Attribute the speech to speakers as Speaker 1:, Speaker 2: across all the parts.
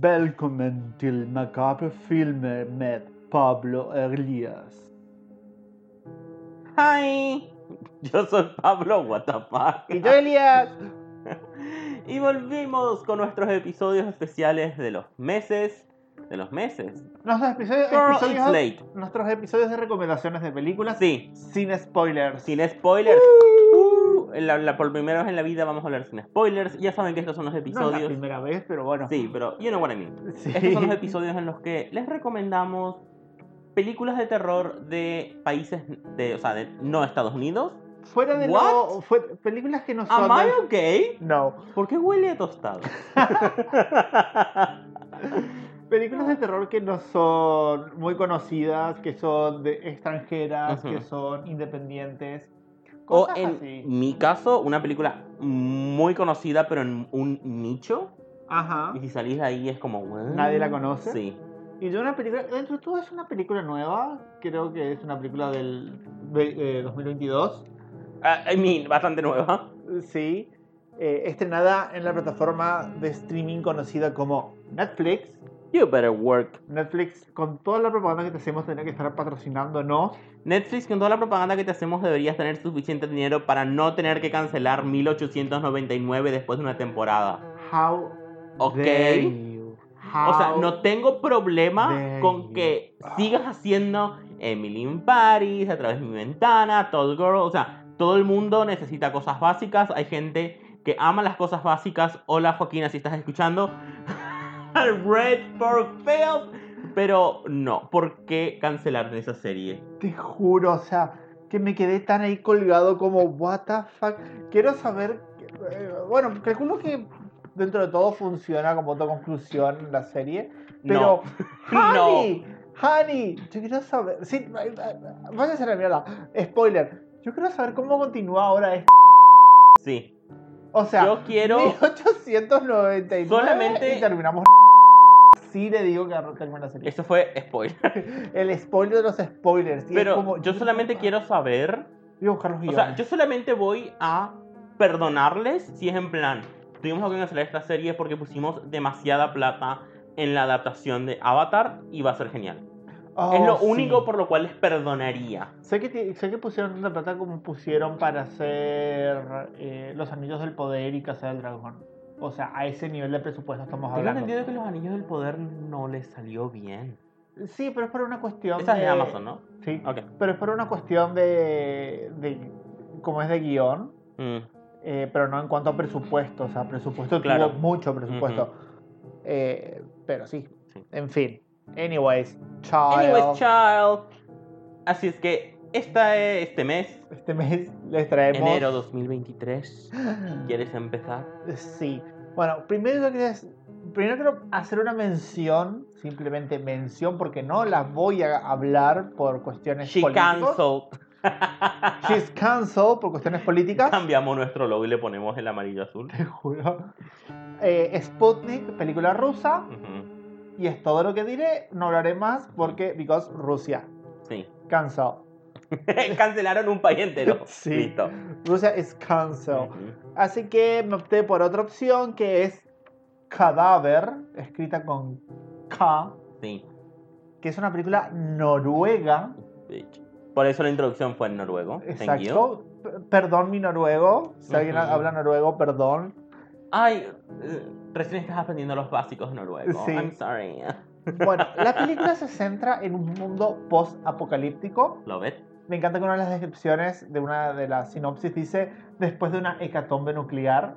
Speaker 1: Välkommen till Makabra Filmer med Pablo Elías.
Speaker 2: Hi,
Speaker 3: Yo soy Pablo, what the fuck.
Speaker 2: y yo Elías.
Speaker 3: Y volvimos con nuestros episodios especiales de los meses. De los meses.
Speaker 2: Nuestros episodios,
Speaker 3: Girl, it's
Speaker 2: episodios-
Speaker 3: late.
Speaker 2: nuestros episodios de recomendaciones de películas
Speaker 3: Sí,
Speaker 2: sin spoilers.
Speaker 3: sin spoilers. Uh, la- la- por primera vez en la vida vamos a hablar sin spoilers. Ya saben que estos son los
Speaker 2: no es la
Speaker 3: episodios.
Speaker 2: primera vez, pero bueno.
Speaker 3: sí, pero you know what I mean.
Speaker 2: Sí.
Speaker 3: Estos son los episodios en los que les recomendamos películas de terror de países de, o sea, de no Estados Unidos.
Speaker 2: Fuera de
Speaker 3: What?
Speaker 2: lo, fue- películas que no son.
Speaker 3: Am I
Speaker 2: de-
Speaker 3: okay?
Speaker 2: No.
Speaker 3: ¿Por qué huele a tostado?
Speaker 2: Películas de terror que no son muy conocidas, que son de extranjeras,
Speaker 3: Ujú.
Speaker 2: que son independientes.
Speaker 3: O
Speaker 2: Cosas
Speaker 3: en
Speaker 2: así.
Speaker 3: mi caso, una película muy conocida, pero en un nicho.
Speaker 2: Ajá.
Speaker 3: Y si salís de ahí es como... "Wow".
Speaker 2: Nadie la conoce.
Speaker 3: Sí.
Speaker 2: Y yo una película, dentro de todo es una película nueva, creo que es una película del ve- eh, 2022.
Speaker 3: Ah, I mean, bastante nueva.
Speaker 2: Sí. eh, estrenada en la plataforma de streaming conocida como Netflix.
Speaker 3: You better work.
Speaker 2: Netflix, con toda la propaganda que te hacemos, tendría que estar patrocinándonos.
Speaker 3: Netflix, con toda la propaganda que te hacemos, deberías tener suficiente dinero para no tener que cancelar 1899 después de una temporada.
Speaker 2: How
Speaker 3: Ok.
Speaker 2: dare you.
Speaker 3: O sea,
Speaker 2: How
Speaker 3: no tengo problema
Speaker 2: dare
Speaker 3: con que sigas haciendo eh, Emily in Paris, a través de mi ventana, Tall Girl. O sea, todo el mundo necesita cosas básicas. Hay gente que ama las cosas básicas. Hola Joaquina, si estás escuchando. Red for Field. Pero no, ¿por qué cancelar esa serie?
Speaker 2: Te juro, o sea, que me quedé tan ahí colgado como, what the fuck. Quiero saber, eh, bueno, calculo que dentro de todo funciona como otra conclusión la serie, pero,
Speaker 3: No.
Speaker 2: honey, honey, yo quiero saber, sí, eh, eh, váyanse a la mierda, spoiler, yo quiero saber cómo continúa ahora esto.
Speaker 3: Sí.
Speaker 2: O sea,
Speaker 3: Yo quiero-
Speaker 2: 1899
Speaker 3: Solamente-
Speaker 2: y terminamos. Sí le digo que termina la serie.
Speaker 3: Eso fue spoiler.
Speaker 2: El spoiler de los spoilers. y es
Speaker 3: Pero
Speaker 2: como-
Speaker 3: yo solamente quiero saber
Speaker 2: Voy a buscar los
Speaker 3: O
Speaker 2: guiones.
Speaker 3: sea, yo solamente voy a perdonarles si es en plan, tuvimos que cancelar esta serie porque pusimos demasiada plata en la adaptación de Avatar y va a ser genial.
Speaker 2: Oh,
Speaker 3: es lo
Speaker 2: sí.
Speaker 3: único por lo cual les perdonaría.
Speaker 2: Sé que, ti- sé que pusieron la plata como pusieron para hacer eh, los anillos del poder y Casa del Dragón. O sea, a ese nivel de presupuesto estamos
Speaker 3: Tengo
Speaker 2: hablando.
Speaker 3: entendido que los Anillos del Poder no les salió bien.
Speaker 2: Sí, pero es por una cuestión.
Speaker 3: Esa es de Amazon, ¿no?
Speaker 2: Sí,
Speaker 3: Ok.
Speaker 2: pero es por una cuestión de. de como es de guión,
Speaker 3: Mm.
Speaker 2: eh, pero no en cuanto a presupuesto. O sea, presupuesto
Speaker 3: Claro.
Speaker 2: tuvo mucho presupuesto. Eh, pero sí.
Speaker 3: Sí.
Speaker 2: En fin. Anyways, chao.
Speaker 3: Anyways, child. Así es que esta, este mes,
Speaker 2: este mes les traemos.
Speaker 3: enero 2023, ¿quieres empezar?
Speaker 2: Sí. Bueno, primero yo quería- primero quiero hacer una mención, simplemente mención, porque no la voy a hablar por cuestiones
Speaker 3: She
Speaker 2: políticas.
Speaker 3: canceled.
Speaker 2: She's canceled por cuestiones políticas.
Speaker 3: Cambiamos nuestro logo y le ponemos el amarillo azul.
Speaker 2: Te juro. Eh, Sputnik, película rusa,
Speaker 3: Ujú.
Speaker 2: y es todo lo que diré. No hablaré más porque, because Rusia,
Speaker 3: Sí.
Speaker 2: cancel.
Speaker 3: Cancelaron un país entero.
Speaker 2: Sí.
Speaker 3: Listo.
Speaker 2: Rusia es cancel.
Speaker 3: Ujú.
Speaker 2: Así que me opté por otra opción que es Cadáver, escrita con K,
Speaker 3: Sí.
Speaker 2: que es una película noruega.
Speaker 3: bitch. Por eso la introducción fue en noruego. Thank you.
Speaker 2: Exacto. P- Perdón mi noruego. Si alguien
Speaker 3: Ujú.
Speaker 2: habla noruego, perdón.
Speaker 3: Ay, eh, recién estás aprendiendo los básicos de noruego.
Speaker 2: Sí.
Speaker 3: I'm sorry.
Speaker 2: Bueno, la película se centra en un mundo post-apocalíptico.
Speaker 3: Love it.
Speaker 2: Me encanta que una de las descripciones de una de las sinopsis dice después de una hecatombe nuclear.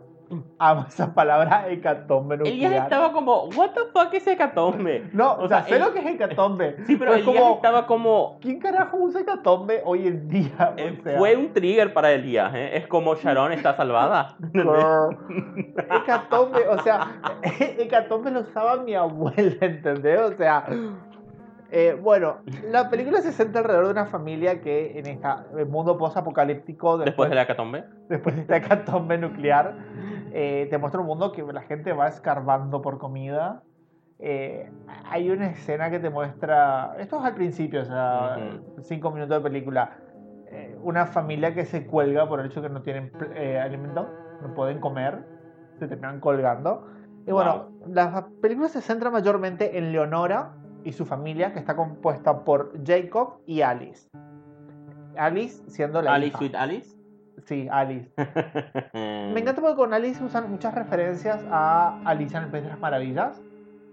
Speaker 2: Amo esa palabra, hecatombe
Speaker 3: Elías
Speaker 2: nuclear.
Speaker 3: estaba como, what the fuck es hecatombe?
Speaker 2: No,
Speaker 3: o
Speaker 2: o sea,
Speaker 3: sea,
Speaker 2: sé
Speaker 3: el-
Speaker 2: lo que es hecatombe.
Speaker 3: Sí, pero
Speaker 2: es
Speaker 3: Elías
Speaker 2: como,
Speaker 3: estaba como...
Speaker 2: ¿quién carajo usa hecatombe hoy en día? O
Speaker 3: eh,
Speaker 2: sea,
Speaker 3: fue un trigger para Elías, ¿eh? Es como Sharon está salvada.
Speaker 2: Girl. Hecatombe, o sea, hecatombe lo usaba mi abuela, ¿entendés? O sea, eh, bueno, la película se centra alrededor de una familia que en esta, el mundo post-apocalíptico,
Speaker 3: Después
Speaker 2: después,
Speaker 3: de la hecatombe.
Speaker 2: después de esta hecatombe nuclear, eh, te muestra un mundo que la gente va escarbando por comida. Eh, hay una escena que te muestra, esto es al principio, o sea, cinco minutos de película, eh, una familia que se cuelga por el hecho que no tienen pl- eh, alimento, no pueden comer, se terminan colgando. Y bueno, la película se centra mayormente en Leonora y su familia, que está compuesta por Jacob y Alice. Alice siendo la
Speaker 3: Alice
Speaker 2: hija.
Speaker 3: Sweet Alice.
Speaker 2: Sí, Alice. Me encanta porque con Alice usan muchas referencias a Alicia en el País de las Maravillas,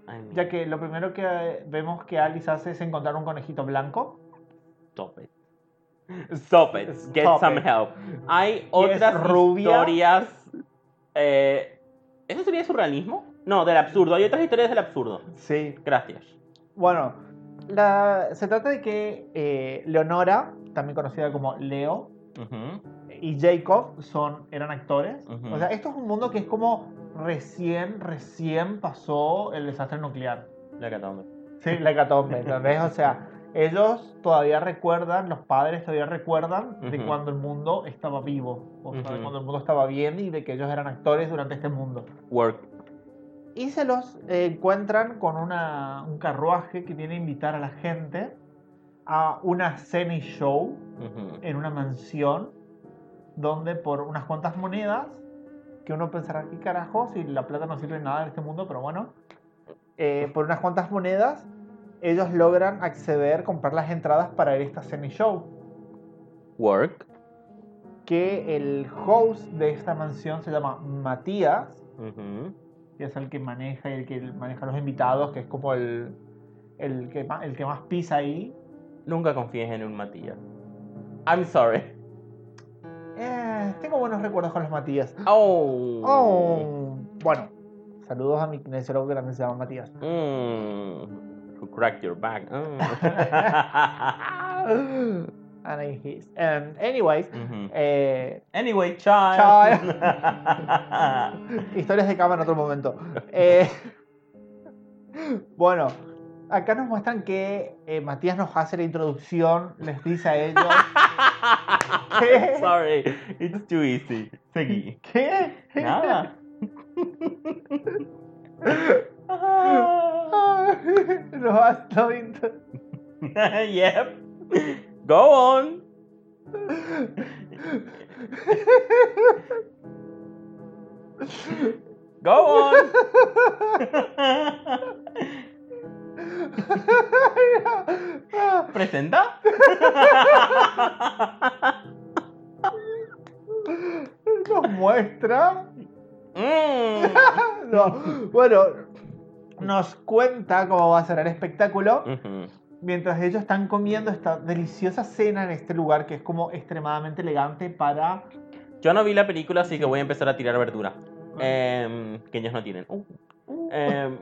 Speaker 3: Ay, mi
Speaker 2: ya que lo primero que vemos que Alice hace es encontrar un conejito blanco.
Speaker 3: Stop it. Stop it. Get
Speaker 2: Stop
Speaker 3: some
Speaker 2: it.
Speaker 3: help. Hay
Speaker 2: es
Speaker 3: otras
Speaker 2: rubia.
Speaker 3: historias. eh, ¿Eso sería surrealismo? No, del absurdo. Hay otras historias del absurdo.
Speaker 2: Sí.
Speaker 3: Gracias.
Speaker 2: Bueno, la- se trata de que eh, Leonora, también conocida como Leo,
Speaker 3: Ujú.
Speaker 2: y Jacob son, eran actores.
Speaker 3: Ujú.
Speaker 2: O sea, esto es un mundo que es como recién, recién pasó el desastre nuclear.
Speaker 3: La catombe.
Speaker 2: Sí, la hecatombe, ¿entendés? O sea, ellos todavía recuerdan, los padres todavía recuerdan de
Speaker 3: Ujú.
Speaker 2: cuando el mundo estaba vivo. O sea, de
Speaker 3: Ujú.
Speaker 2: cuando el mundo estaba bien y de que ellos eran actores durante este mundo.
Speaker 3: Work.
Speaker 2: Y se los eh, encuentran con una, un carruaje que tiene a invitar a la gente a una cena y show
Speaker 3: Ujú.
Speaker 2: en una mansión donde por unas cuantas monedas, que uno pensará, ¿qué carajo? Si la plata no sirve de nada en este mundo, pero bueno, eh, por unas cuantas monedas, ellos logran acceder, comprar las entradas para ir a esta semi-show,
Speaker 3: Work.
Speaker 2: que el host de esta mansión se llama Matías,
Speaker 3: Ujú.
Speaker 2: que es el que maneja y el que maneja a los invitados, que es como el, el, que, ma- el que más pisa ahí.
Speaker 3: Nunca confíes en un Matías. I'm sorry.
Speaker 2: Eh, tengo buenos recuerdos con los Matías.
Speaker 3: Oh.
Speaker 2: Oh, bueno, saludos a mi kinesiólogo que también se llama Matías.
Speaker 3: Mm. Who cracked your back. Mm.
Speaker 2: Ah, And I hiss. Um, anyways,
Speaker 3: Ujú.
Speaker 2: eh,
Speaker 3: Anyway, child.
Speaker 2: historias de cama en otro momento. Eh, bueno, acá nos muestran que eh, Matías nos hace la introducción, les dice a ellos. ¿Qué?
Speaker 3: Sorry, it's too easy. Seguí.
Speaker 2: ¿Qué?
Speaker 3: Nada.
Speaker 2: Ah, nos hace la intro-
Speaker 3: yep. Go on. Go on.
Speaker 2: Ah,
Speaker 3: Presenta.
Speaker 2: nos muestra.
Speaker 3: Mm.
Speaker 2: No, Bueno, nos cuenta cómo va a ser el espectáculo
Speaker 3: Ujú.
Speaker 2: mientras ellos están comiendo esta deliciosa cena en este lugar que es como extremadamente elegante para...
Speaker 3: Yo no vi la película, así que voy a empezar a tirar verdura. Em, que ellos no tienen. Uh. Em,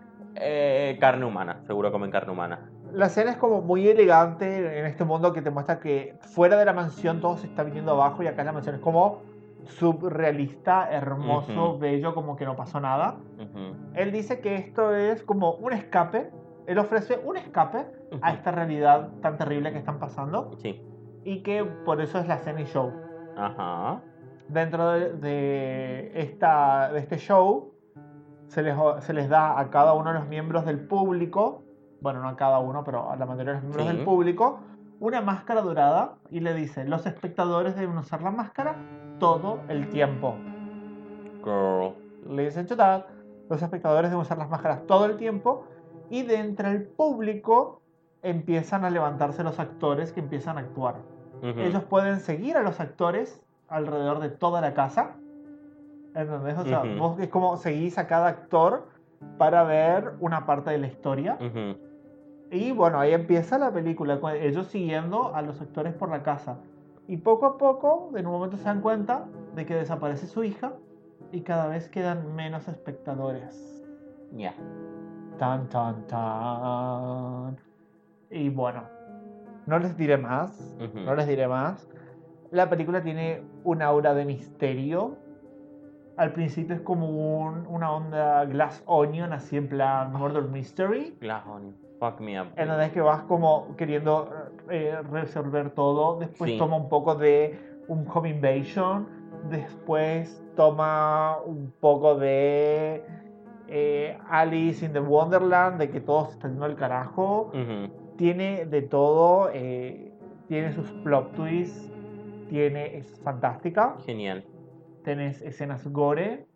Speaker 3: eh, carne humana, seguro comen carne humana.
Speaker 2: La cena es como muy elegante en este mundo que te muestra que fuera de la mansión todo se está viniendo abajo y acá la mansión es como subrealista, hermoso,
Speaker 3: Ujú.
Speaker 2: bello, como que no pasó nada.
Speaker 3: Ujú.
Speaker 2: Él dice que esto es como un escape, él ofrece un escape a
Speaker 3: Ujú.
Speaker 2: esta realidad tan terrible que están pasando
Speaker 3: Sí.
Speaker 2: y que por eso es la cena y show.
Speaker 3: Ajá.
Speaker 2: dentro de, de esta, de este show se les, se les da a cada uno de los miembros del público, bueno, no a cada uno, pero a la mayoría de los miembros
Speaker 3: Sí.
Speaker 2: del público, una máscara dorada y le dice, los espectadores deben usar la máscara todo el tiempo.
Speaker 3: Girl.
Speaker 2: Le dicen, chutar, los espectadores deben usar las máscaras todo el tiempo y de entre el público empiezan a levantarse los actores que empiezan a actuar.
Speaker 3: Ujú.
Speaker 2: Ellos pueden seguir a los actores alrededor de toda la casa. ¿Entendés? O sea,
Speaker 3: Ujú.
Speaker 2: vos es como seguís a cada actor para ver una parte de la historia.
Speaker 3: Ujú.
Speaker 2: Y bueno, ahí empieza la película, con ellos siguiendo a los actores por la casa. Y poco a poco, en un momento se dan cuenta de que desaparece su hija y cada vez quedan menos espectadores.
Speaker 3: Ya.
Speaker 2: Tan, tan, tan. Y bueno, no les diré más.
Speaker 3: Ujú.
Speaker 2: No les diré más. La película tiene un aura de misterio. Al principio es como un- una onda Glass Onion, así en plan Murder Mystery.
Speaker 3: Glass onion. Fuck me up.
Speaker 2: En donde es que vas como queriendo eh, resolver todo. Después
Speaker 3: Sí.
Speaker 2: toma un poco de un Home Invasion. Después toma un poco de eh, Alice in the Wonderland, de que todo se está yendo al carajo
Speaker 3: Ujú.
Speaker 2: tiene de todo, eh, tiene sus plot twists, tiene, es fantástica,
Speaker 3: Genial.
Speaker 2: tenés escenas gore,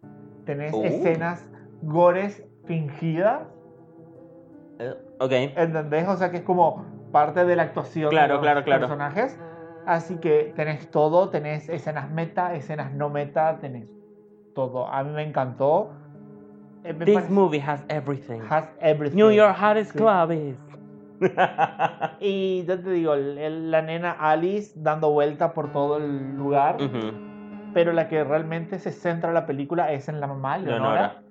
Speaker 2: tenés
Speaker 3: Oh.
Speaker 2: escenas gores fingidas.
Speaker 3: Eh, Ok.
Speaker 2: ¿Entendés? O sea que es como parte de la actuación de
Speaker 3: Claro,
Speaker 2: los
Speaker 3: claro, claro.
Speaker 2: personajes. Así que tenés todo, tenés escenas meta, escenas no meta, tenés todo. A mí me encantó. Eh, me
Speaker 3: This
Speaker 2: parece-
Speaker 3: movie has everything.
Speaker 2: has everything.
Speaker 3: New York Hottest
Speaker 2: Sí.
Speaker 3: Club is.
Speaker 2: Y ya te digo, el- el- la nena Alice dando vueltas por todo el lugar,
Speaker 3: Ujú,
Speaker 2: pero la que realmente se centra la película es en la mamá, Leonora.
Speaker 3: Leonora.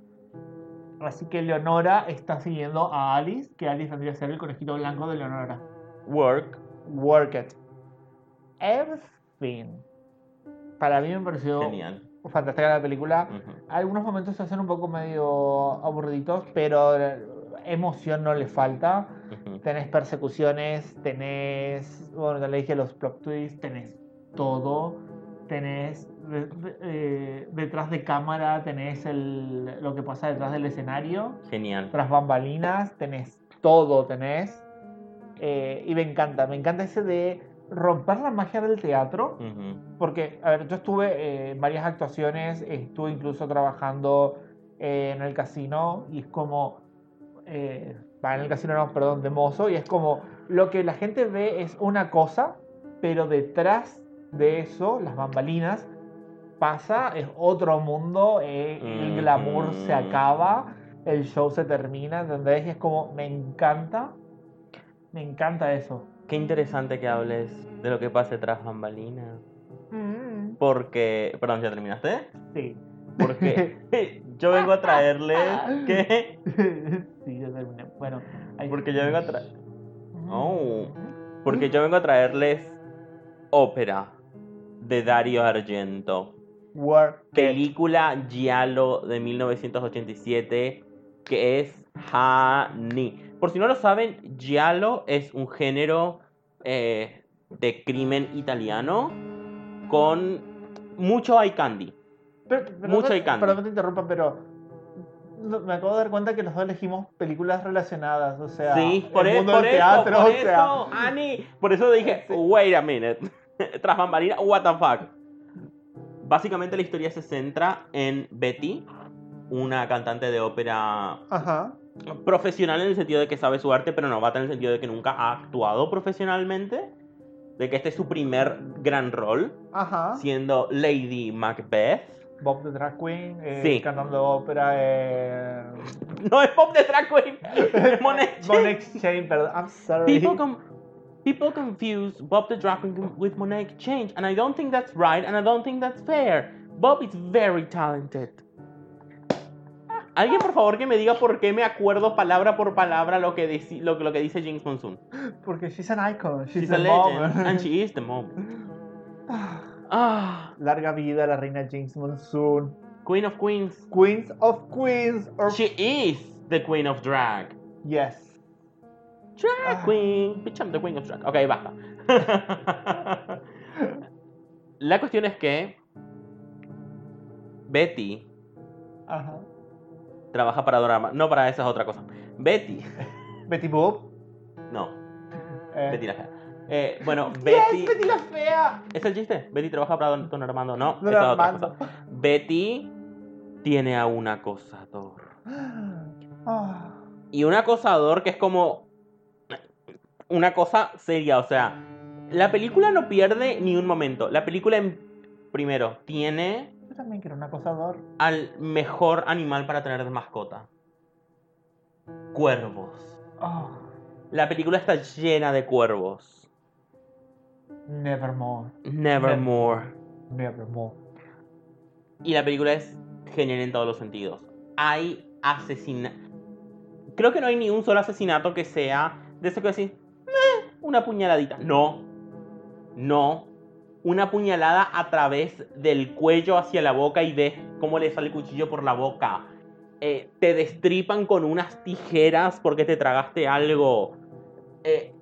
Speaker 2: Así que Leonora está siguiendo a Alice, que Alice vendría a ser el conejito blanco de Leonora.
Speaker 3: Work.
Speaker 2: Work it. Everything. Para mí me pareció
Speaker 3: Genial. Mm.
Speaker 2: fantástica la película.
Speaker 3: Ujú.
Speaker 2: Algunos momentos se hacen un poco medio aburriditos, pero eh, emoción no le falta.
Speaker 3: Ujú.
Speaker 2: Tenés persecuciones, tenés, bueno, ya le dije los plot twists, tenés todo, tenés de- de- eh, detrás de cámara, tenés el, lo que pasa detrás del escenario,
Speaker 3: Genial.
Speaker 2: tras bambalinas, tenés todo, tenés. Eh, y me encanta, me encanta ese de romper la magia del teatro,
Speaker 3: Ujú.
Speaker 2: porque, a ver, yo estuve eh, en varias actuaciones, estuve incluso trabajando eh, en el casino y es como, eh, va, en el casino no, perdón, de mozo, y es como, lo que la gente ve es una cosa, pero detrás de eso, las bambalinas, pasa, es otro mundo, eh, el glamour se
Speaker 3: Ujú.
Speaker 2: acaba, el show se termina, ¿entendés? Y es como, me encanta, me encanta eso.
Speaker 3: Qué interesante que hables de lo que pasa tras bambalinas. Mm. Porque. Perdón, ¿ya terminaste?
Speaker 2: Sí.
Speaker 3: Porque yo vengo a traerles. ¿Qué?
Speaker 2: sí, yo terminé. Bueno, ahí-
Speaker 3: Porque yo vengo a traer.
Speaker 2: Ujú.
Speaker 3: Oh. Porque yo vengo a traerles. Ópera. De Dario Argento.
Speaker 2: Work
Speaker 3: película Giallo de 1987 que es Hani. Por si no lo saben, Giallo es un género eh, de crimen italiano con mucho eye candy.
Speaker 2: Pero, pero-
Speaker 3: Mucho
Speaker 2: perdón-
Speaker 3: y candy.
Speaker 2: Perdón que te interrumpa, pero no- me acabo de dar cuenta que los dos elegimos películas relacionadas, o sea,
Speaker 3: sí, por,
Speaker 2: el
Speaker 3: e-
Speaker 2: mundo
Speaker 3: por
Speaker 2: del
Speaker 3: eso,
Speaker 2: teatro,
Speaker 3: por
Speaker 2: o
Speaker 3: eso,
Speaker 2: sea,
Speaker 3: Hani. Por eso dije,
Speaker 2: Sí.
Speaker 3: wait a minute. Tras bambalina, what the fuck. Básicamente la historia se centra en Betty, una cantante de ópera
Speaker 2: ajá,
Speaker 3: profesional en el sentido de que sabe su arte, pero novata en el sentido de que nunca ha actuado profesionalmente, de que este es su primer gran rol,
Speaker 2: ajá.
Speaker 3: siendo Lady Macbeth.
Speaker 2: Bob the Drag Queen eh,
Speaker 3: Sí.
Speaker 2: cantando ópera, eh...
Speaker 3: No es Bob the Drag Queen, es Monet Exchange.
Speaker 2: Monet Exchange, perdón, I'm sorry.
Speaker 3: People, com- people confuse Bob the Drag Queen with Monet Exchange, and I don't think that's right, and I don't think that's fair. Bob is very talented. Alguien, por favor, que me diga por qué me acuerdo palabra por palabra lo que, dice- lo, lo que dice James Monsoon.
Speaker 2: Porque she's an icon, she's,
Speaker 3: She's
Speaker 2: a,
Speaker 3: a legend, and she is the mom.
Speaker 2: Ah,
Speaker 3: Ah,
Speaker 2: Larga vida la reina James Monsoon.
Speaker 3: Queen of Queens.
Speaker 2: Queens of Queens, or...
Speaker 3: She is the Queen of Drag.
Speaker 2: yes.
Speaker 3: Drag
Speaker 2: Ah.
Speaker 3: Queen. Bitch, I'm the Queen of Drag. Ok, basta. La cuestión es que Betty
Speaker 2: Ajá.
Speaker 3: trabaja para Dorama. No, para esa es otra cosa. Betty.
Speaker 2: Betty Boop.
Speaker 3: No,
Speaker 2: Eh,
Speaker 3: Betty la fea. Eh, bueno,
Speaker 2: Yes,
Speaker 3: Betty.
Speaker 2: Betty la fea.
Speaker 3: ¿Es el chiste? Betty trabaja para Don, Don Armando. No,
Speaker 2: Don
Speaker 3: esa es otra
Speaker 2: Armando.
Speaker 3: cosa. Betty tiene a un acosador.
Speaker 2: Ah,
Speaker 3: y un acosador que es como una cosa seria, o sea, la película no pierde ni un momento. La película en- primero tiene
Speaker 2: yo también quiero un acosador.
Speaker 3: al mejor animal para tener de mascota. Cuervos.
Speaker 2: Ah,
Speaker 3: La película está llena de cuervos.
Speaker 2: nevermore,
Speaker 3: Nevermore.
Speaker 2: nevermore.
Speaker 3: Y la película es genial en todos los sentidos. Hay asesina... Creo que no hay ni un solo asesinato que sea de eso que decís, "Meh, una puñaladita. No, no. Una puñalada a través del cuello hacia la boca y ves cómo le sale el cuchillo por la boca. Eh, te destripan con unas tijeras porque te tragaste algo. Eh,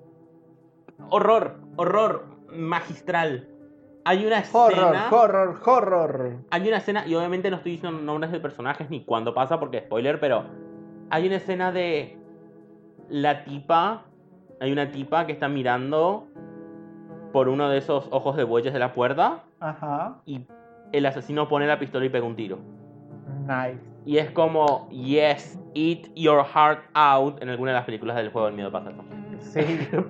Speaker 3: horror, horror magistral. Hay una escena...
Speaker 2: Horror, horror, horror.
Speaker 3: Hay una escena, y obviamente no estoy diciendo nombres de personajes ni cuándo pasa porque spoiler, pero hay una escena de la tipa, hay una tipa que está mirando por uno de esos ojos de bueyes de la puerta
Speaker 2: Ajá.
Speaker 3: y el asesino pone la pistola y pega un tiro.
Speaker 2: Nice.
Speaker 3: Y es como, yes, eat your heart out en alguna de las películas del juego del miedo pasa eso.
Speaker 2: Sí,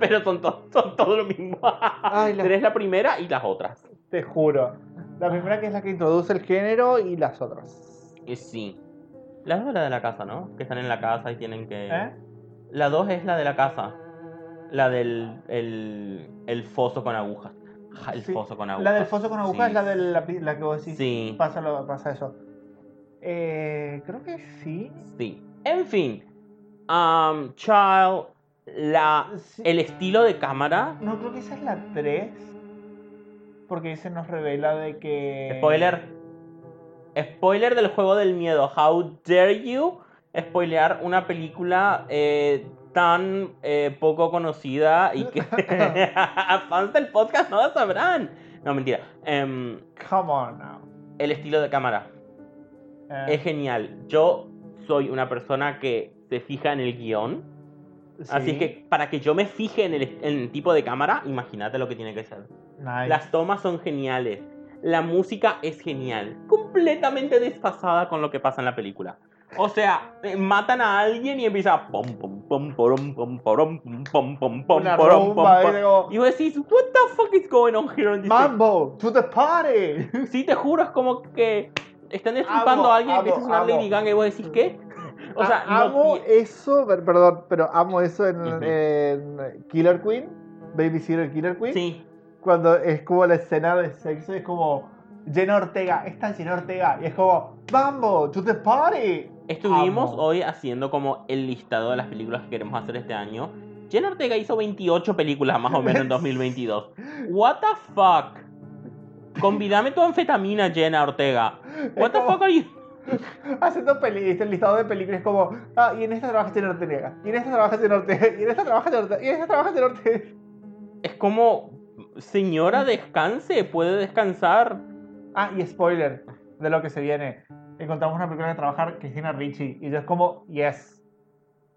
Speaker 3: Pero son, to- son todo lo mismo.
Speaker 2: Ay, la-
Speaker 3: Tenés la primera y las otras.
Speaker 2: te juro. La primera que es la que introduce el género y las otras.
Speaker 3: Y sí. La dos es la de la casa, ¿no? Que están en la casa y tienen que...
Speaker 2: ¿Eh?
Speaker 3: La dos es la de la casa. La del el, el foso con agujas. Ja, El
Speaker 2: Sí.
Speaker 3: foso con agujas.
Speaker 2: La del foso con agujas
Speaker 3: Sí.
Speaker 2: es la, de la, pi- la que vos decís.
Speaker 3: Sí.
Speaker 2: Pasa, lo- pasa eso. Eh, creo que sí.
Speaker 3: Sí. En fin. Um, Child. La,
Speaker 2: Sí.
Speaker 3: el estilo de cámara.
Speaker 2: No, creo que esa es la 3. Porque ahí se nos revela de que.
Speaker 3: Spoiler. Spoiler del juego del miedo. How dare you spoilear una película eh, tan eh, poco conocida y que fans del podcast no la sabrán. No, mentira. Em,
Speaker 2: Come on now.
Speaker 3: el estilo de cámara.
Speaker 2: Eh,
Speaker 3: Es genial. Yo soy una persona que se fija en el guión.
Speaker 2: sí.
Speaker 3: Así que para que yo me fije en el, en el tipo de cámara, imagínate lo que tiene que ser.
Speaker 2: Nice.
Speaker 3: Las tomas son geniales. La música es genial. Completamente desfasada con lo que pasa en la película. O sea, eh, matan a alguien y empieza. Pom, pom, pom, porom, pom, porom, pum, pom, pom, pom,
Speaker 2: Una
Speaker 3: porom, pom,
Speaker 2: rumba,
Speaker 3: pom.
Speaker 2: ahí digo,
Speaker 3: Y vos decís, what the fuck is going on here in this
Speaker 2: Mambo, to the party.
Speaker 3: Sí, te juro, es como que están destripando
Speaker 2: Amo,
Speaker 3: a alguien y
Speaker 2: amo,
Speaker 3: empieza a sonar
Speaker 2: amo.
Speaker 3: Lady Gaga y vos decís, ¿qué? O sea,
Speaker 2: A- amo
Speaker 3: no,
Speaker 2: eso, per- perdón, pero amo eso en,
Speaker 3: Ujú.
Speaker 2: en Killer Queen, Babysitter Killer Queen.
Speaker 3: sí,
Speaker 2: Cuando es como la escena de sexo, es como Jenna Ortega, está Jenna Ortega, y es como Mambo, to the party.
Speaker 3: estuvimos
Speaker 2: Amo.
Speaker 3: hoy haciendo como el listado de las películas que queremos hacer este año. Jenna Ortega hizo 28 películas más o menos en 2022. What the fuck? Convidame tu anfetamina, Jenna Ortega. What the
Speaker 2: como-
Speaker 3: fuck are you?
Speaker 2: Haciendo peli este listado de películas como, ah, y en esta trabaja Jenna Ortega, y en esta trabaja Jenna Ortega, y en esta trabaja Jenna Ortega, y en esta trabaja Jenna Ortega.
Speaker 3: Es como, señora, descanse, puede descansar.
Speaker 2: Ah, y spoiler de lo que se viene. Encontramos una película de trabajar Cristina Ricci y yo es como, yes.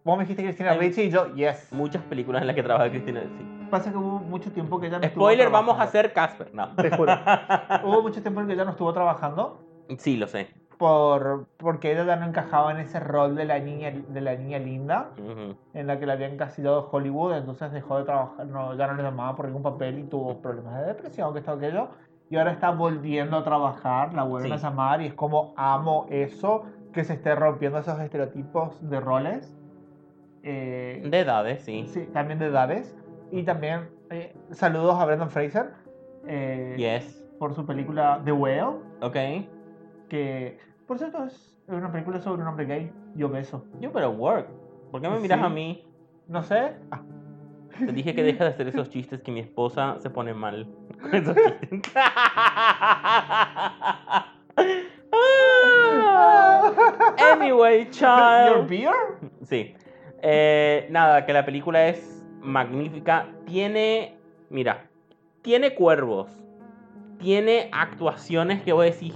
Speaker 2: Vos me dijiste Cristina
Speaker 3: Hay-
Speaker 2: Ricci y yo, yes.
Speaker 3: Muchas películas en las que trabaja Cristina. sí.
Speaker 2: Pasa que hubo mucho tiempo que ella no estuvo
Speaker 3: Spoiler, vamos a
Speaker 2: trabajando.
Speaker 3: hacer Casper. No.
Speaker 2: Te juro. hubo mucho tiempo en que ella no estuvo trabajando
Speaker 3: Sí, lo sé.
Speaker 2: por, porque ella ya no encajaba en ese rol de la niña, de la niña linda
Speaker 3: Ujú.
Speaker 2: en la que la había encasillado Hollywood, entonces dejó de trabajar, no, ya no le llamaba por ningún papel y tuvo problemas de depresión, que esto, aquello. Y ahora está volviendo a trabajar, la vuelven a
Speaker 3: Sí.
Speaker 2: llamar y es como amo eso, que se esté rompiendo esos estereotipos de roles. Eh,
Speaker 3: De edades, sí.
Speaker 2: sí, también de edades. Y también eh, saludos a Brendan Fraser eh,
Speaker 3: Yes.
Speaker 2: por su película The Whale,
Speaker 3: Ok.
Speaker 2: que por cierto es una película sobre un hombre gay y obeso.
Speaker 3: You better work. ¿Por qué me miras
Speaker 2: Sí.
Speaker 3: a mí?
Speaker 2: No sé, ah,
Speaker 3: Te dije que dejes de hacer esos chistes que mi esposa se pone mal. con esos chistes. Ah. anyway,
Speaker 2: Your
Speaker 3: child.
Speaker 2: Beer?
Speaker 3: Sí. Eh, nada, que la película es magnífica. Tiene. Mira. Tiene cuervos. Tiene actuaciones que voy a decir.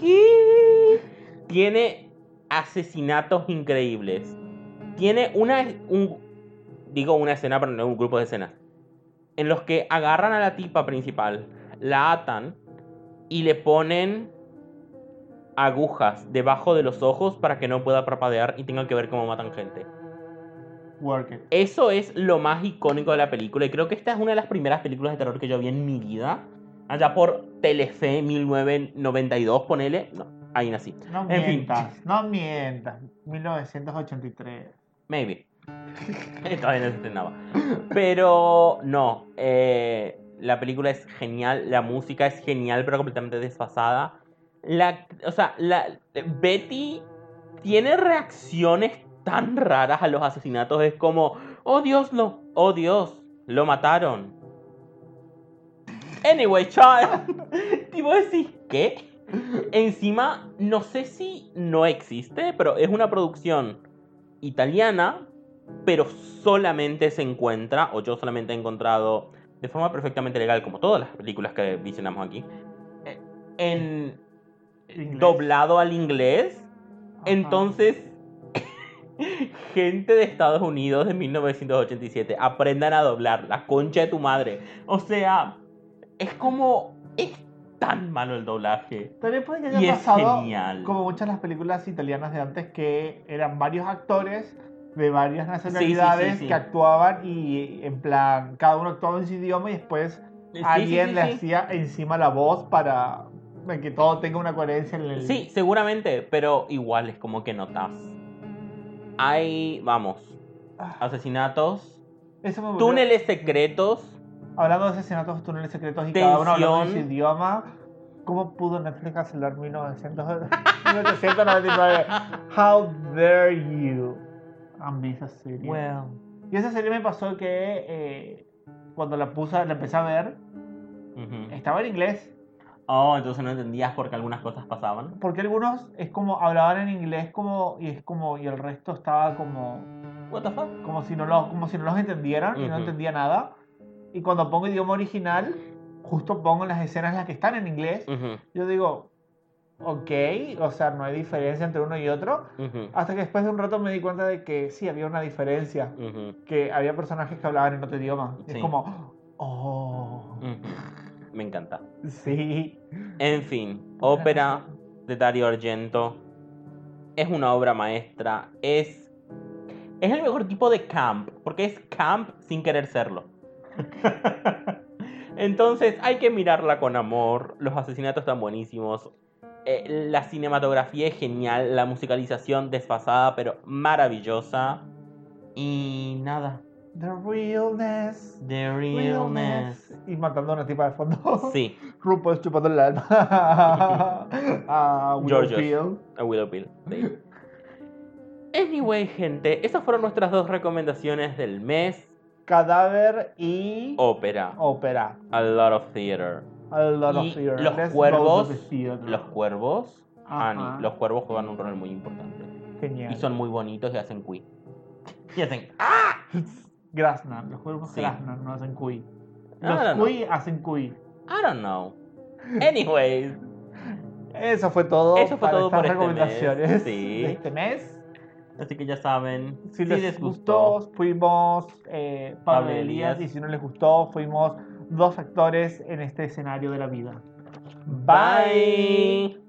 Speaker 3: ¿Qué? Tiene asesinatos increíbles. Tiene una. un- digo una escena, pero no un grupo de escenas. En los que agarran a la tipa principal, la atan y le ponen agujas debajo de los ojos para que no pueda parpadear y tengan que ver cómo matan gente.
Speaker 2: Work it.
Speaker 3: Eso es lo más icónico de la película y creo que esta es una de las primeras películas de terror que yo vi en mi vida. Allá por Telefe 1992, ponele. No, ahí nací.
Speaker 2: No
Speaker 3: En fin.
Speaker 2: mientas, no mientas. 1983.
Speaker 3: Maybe. Eh, Todavía no se estrenaba. Pero no. eh, la película es genial. La música es genial, pero completamente desfasada. La, o sea, la, Betty tiene reacciones tan raras a los asesinatos. Es como, oh Dios, lo, oh Dios, lo mataron. Anyway, child. Y vos decís, ¿qué? Encima, no sé si no existe, pero es una producción italiana, pero solamente se encuentra, o yo solamente he encontrado de forma perfectamente legal, como todas las películas que visionamos aquí, eh, en
Speaker 2: Inglés.
Speaker 3: doblado al inglés.
Speaker 2: Ajá.
Speaker 3: Entonces, gente de Estados Unidos de 1987, aprendan a doblar la concha de tu madre. O sea, es como, es tan malo el doblaje.
Speaker 2: También puede que haya
Speaker 3: Y es
Speaker 2: pasado
Speaker 3: genial.
Speaker 2: como muchas de las películas italianas de antes que eran varios actores de varias
Speaker 3: Sí,
Speaker 2: nacionalidades
Speaker 3: sí, sí, sí.
Speaker 2: que actuaban y en plan cada uno actuaba en su idioma y después
Speaker 3: Sí, sí,
Speaker 2: alguien
Speaker 3: sí,
Speaker 2: le
Speaker 3: sí.
Speaker 2: hacía encima la voz para eh, que todo tenga una coherencia en el
Speaker 3: Sí, seguramente, pero igual es como que notas. Hay, vamos,
Speaker 2: Ah,
Speaker 3: asesinatos,
Speaker 2: eso me volvió-
Speaker 3: túneles secretos.
Speaker 2: Hablando de asesinatos, túneles secretos y cada uno hablando de su
Speaker 3: Tensión.
Speaker 2: idioma, ¿cómo pudo Netflix cancelar 1900 1999? How dare you? A mí esa serie. Y esa serie me pasó que eh, cuando la puse, la empecé a ver,
Speaker 3: Ujú.
Speaker 2: estaba en inglés.
Speaker 3: Oh, entonces no entendías porque algunas cosas pasaban.
Speaker 2: Porque algunos es como hablaban en inglés como y es como y el resto estaba como
Speaker 3: What the fuck?
Speaker 2: como si no los como si no los entendieran y no
Speaker 3: Ujú.
Speaker 2: entendía nada. Y cuando pongo idioma original, justo pongo las escenas en las que están en inglés.
Speaker 3: Ujú,
Speaker 2: Yo digo, ok, o sea, no hay diferencia entre uno y otro.
Speaker 3: ujú,
Speaker 2: Hasta que después de un rato me di cuenta de que sí, había una diferencia.
Speaker 3: ujú,
Speaker 2: Que había personajes que hablaban en otro idioma. Y
Speaker 3: Sí.
Speaker 2: Es como, oh,
Speaker 3: ujú. Me encanta.
Speaker 2: sí.
Speaker 3: En fin, ópera de Dario Argento es una obra maestra. Es, es el mejor tipo de camp, porque es camp sin querer serlo. Entonces hay que mirarla con amor. Los asesinatos están buenísimos. eh, la cinematografía es genial. La musicalización desfasada, pero maravillosa. Y nada.
Speaker 2: The realness.
Speaker 3: The realness.
Speaker 2: Y matando a una tipa de fondo.
Speaker 3: Sí,
Speaker 2: RuPaul chupando el alma. a
Speaker 3: Georges.
Speaker 2: Field.
Speaker 3: A Willow Pill. sí. Anyway, gente, esas fueron nuestras dos recomendaciones del mes.
Speaker 2: Cadáver y
Speaker 3: Oh. Ópera.
Speaker 2: ópera.
Speaker 3: A lot of theater.
Speaker 2: A lot
Speaker 3: Y
Speaker 2: of fear.
Speaker 3: los
Speaker 2: Let's go to
Speaker 3: cuervos-
Speaker 2: the theater.
Speaker 3: Los cuervos.
Speaker 2: Ajá.
Speaker 3: Ani, los cuervos juegan un rol muy importante.
Speaker 2: Genial.
Speaker 3: Y son muy bonitos y hacen cui. Y hacen.
Speaker 2: Ah, Grasnan, los cuervos
Speaker 3: Sí. Ah,
Speaker 2: Grasnan no hacen cuy.
Speaker 3: I
Speaker 2: Los
Speaker 3: don't know.
Speaker 2: cuy hacen cuy.
Speaker 3: I don't know. Anyways,
Speaker 2: Eso fue todo.
Speaker 3: Eso fue
Speaker 2: para
Speaker 3: todo
Speaker 2: estas
Speaker 3: por este
Speaker 2: recomendaciones
Speaker 3: mes, sí.
Speaker 2: de este mes.
Speaker 3: así que ya saben.
Speaker 2: Si, les, gustó, fuimos eh, Pablo
Speaker 3: Pablo
Speaker 2: y Elías.
Speaker 3: Elías.
Speaker 2: Y si no les gustó, fuimos dos actores en este escenario de la vida.
Speaker 3: Bye.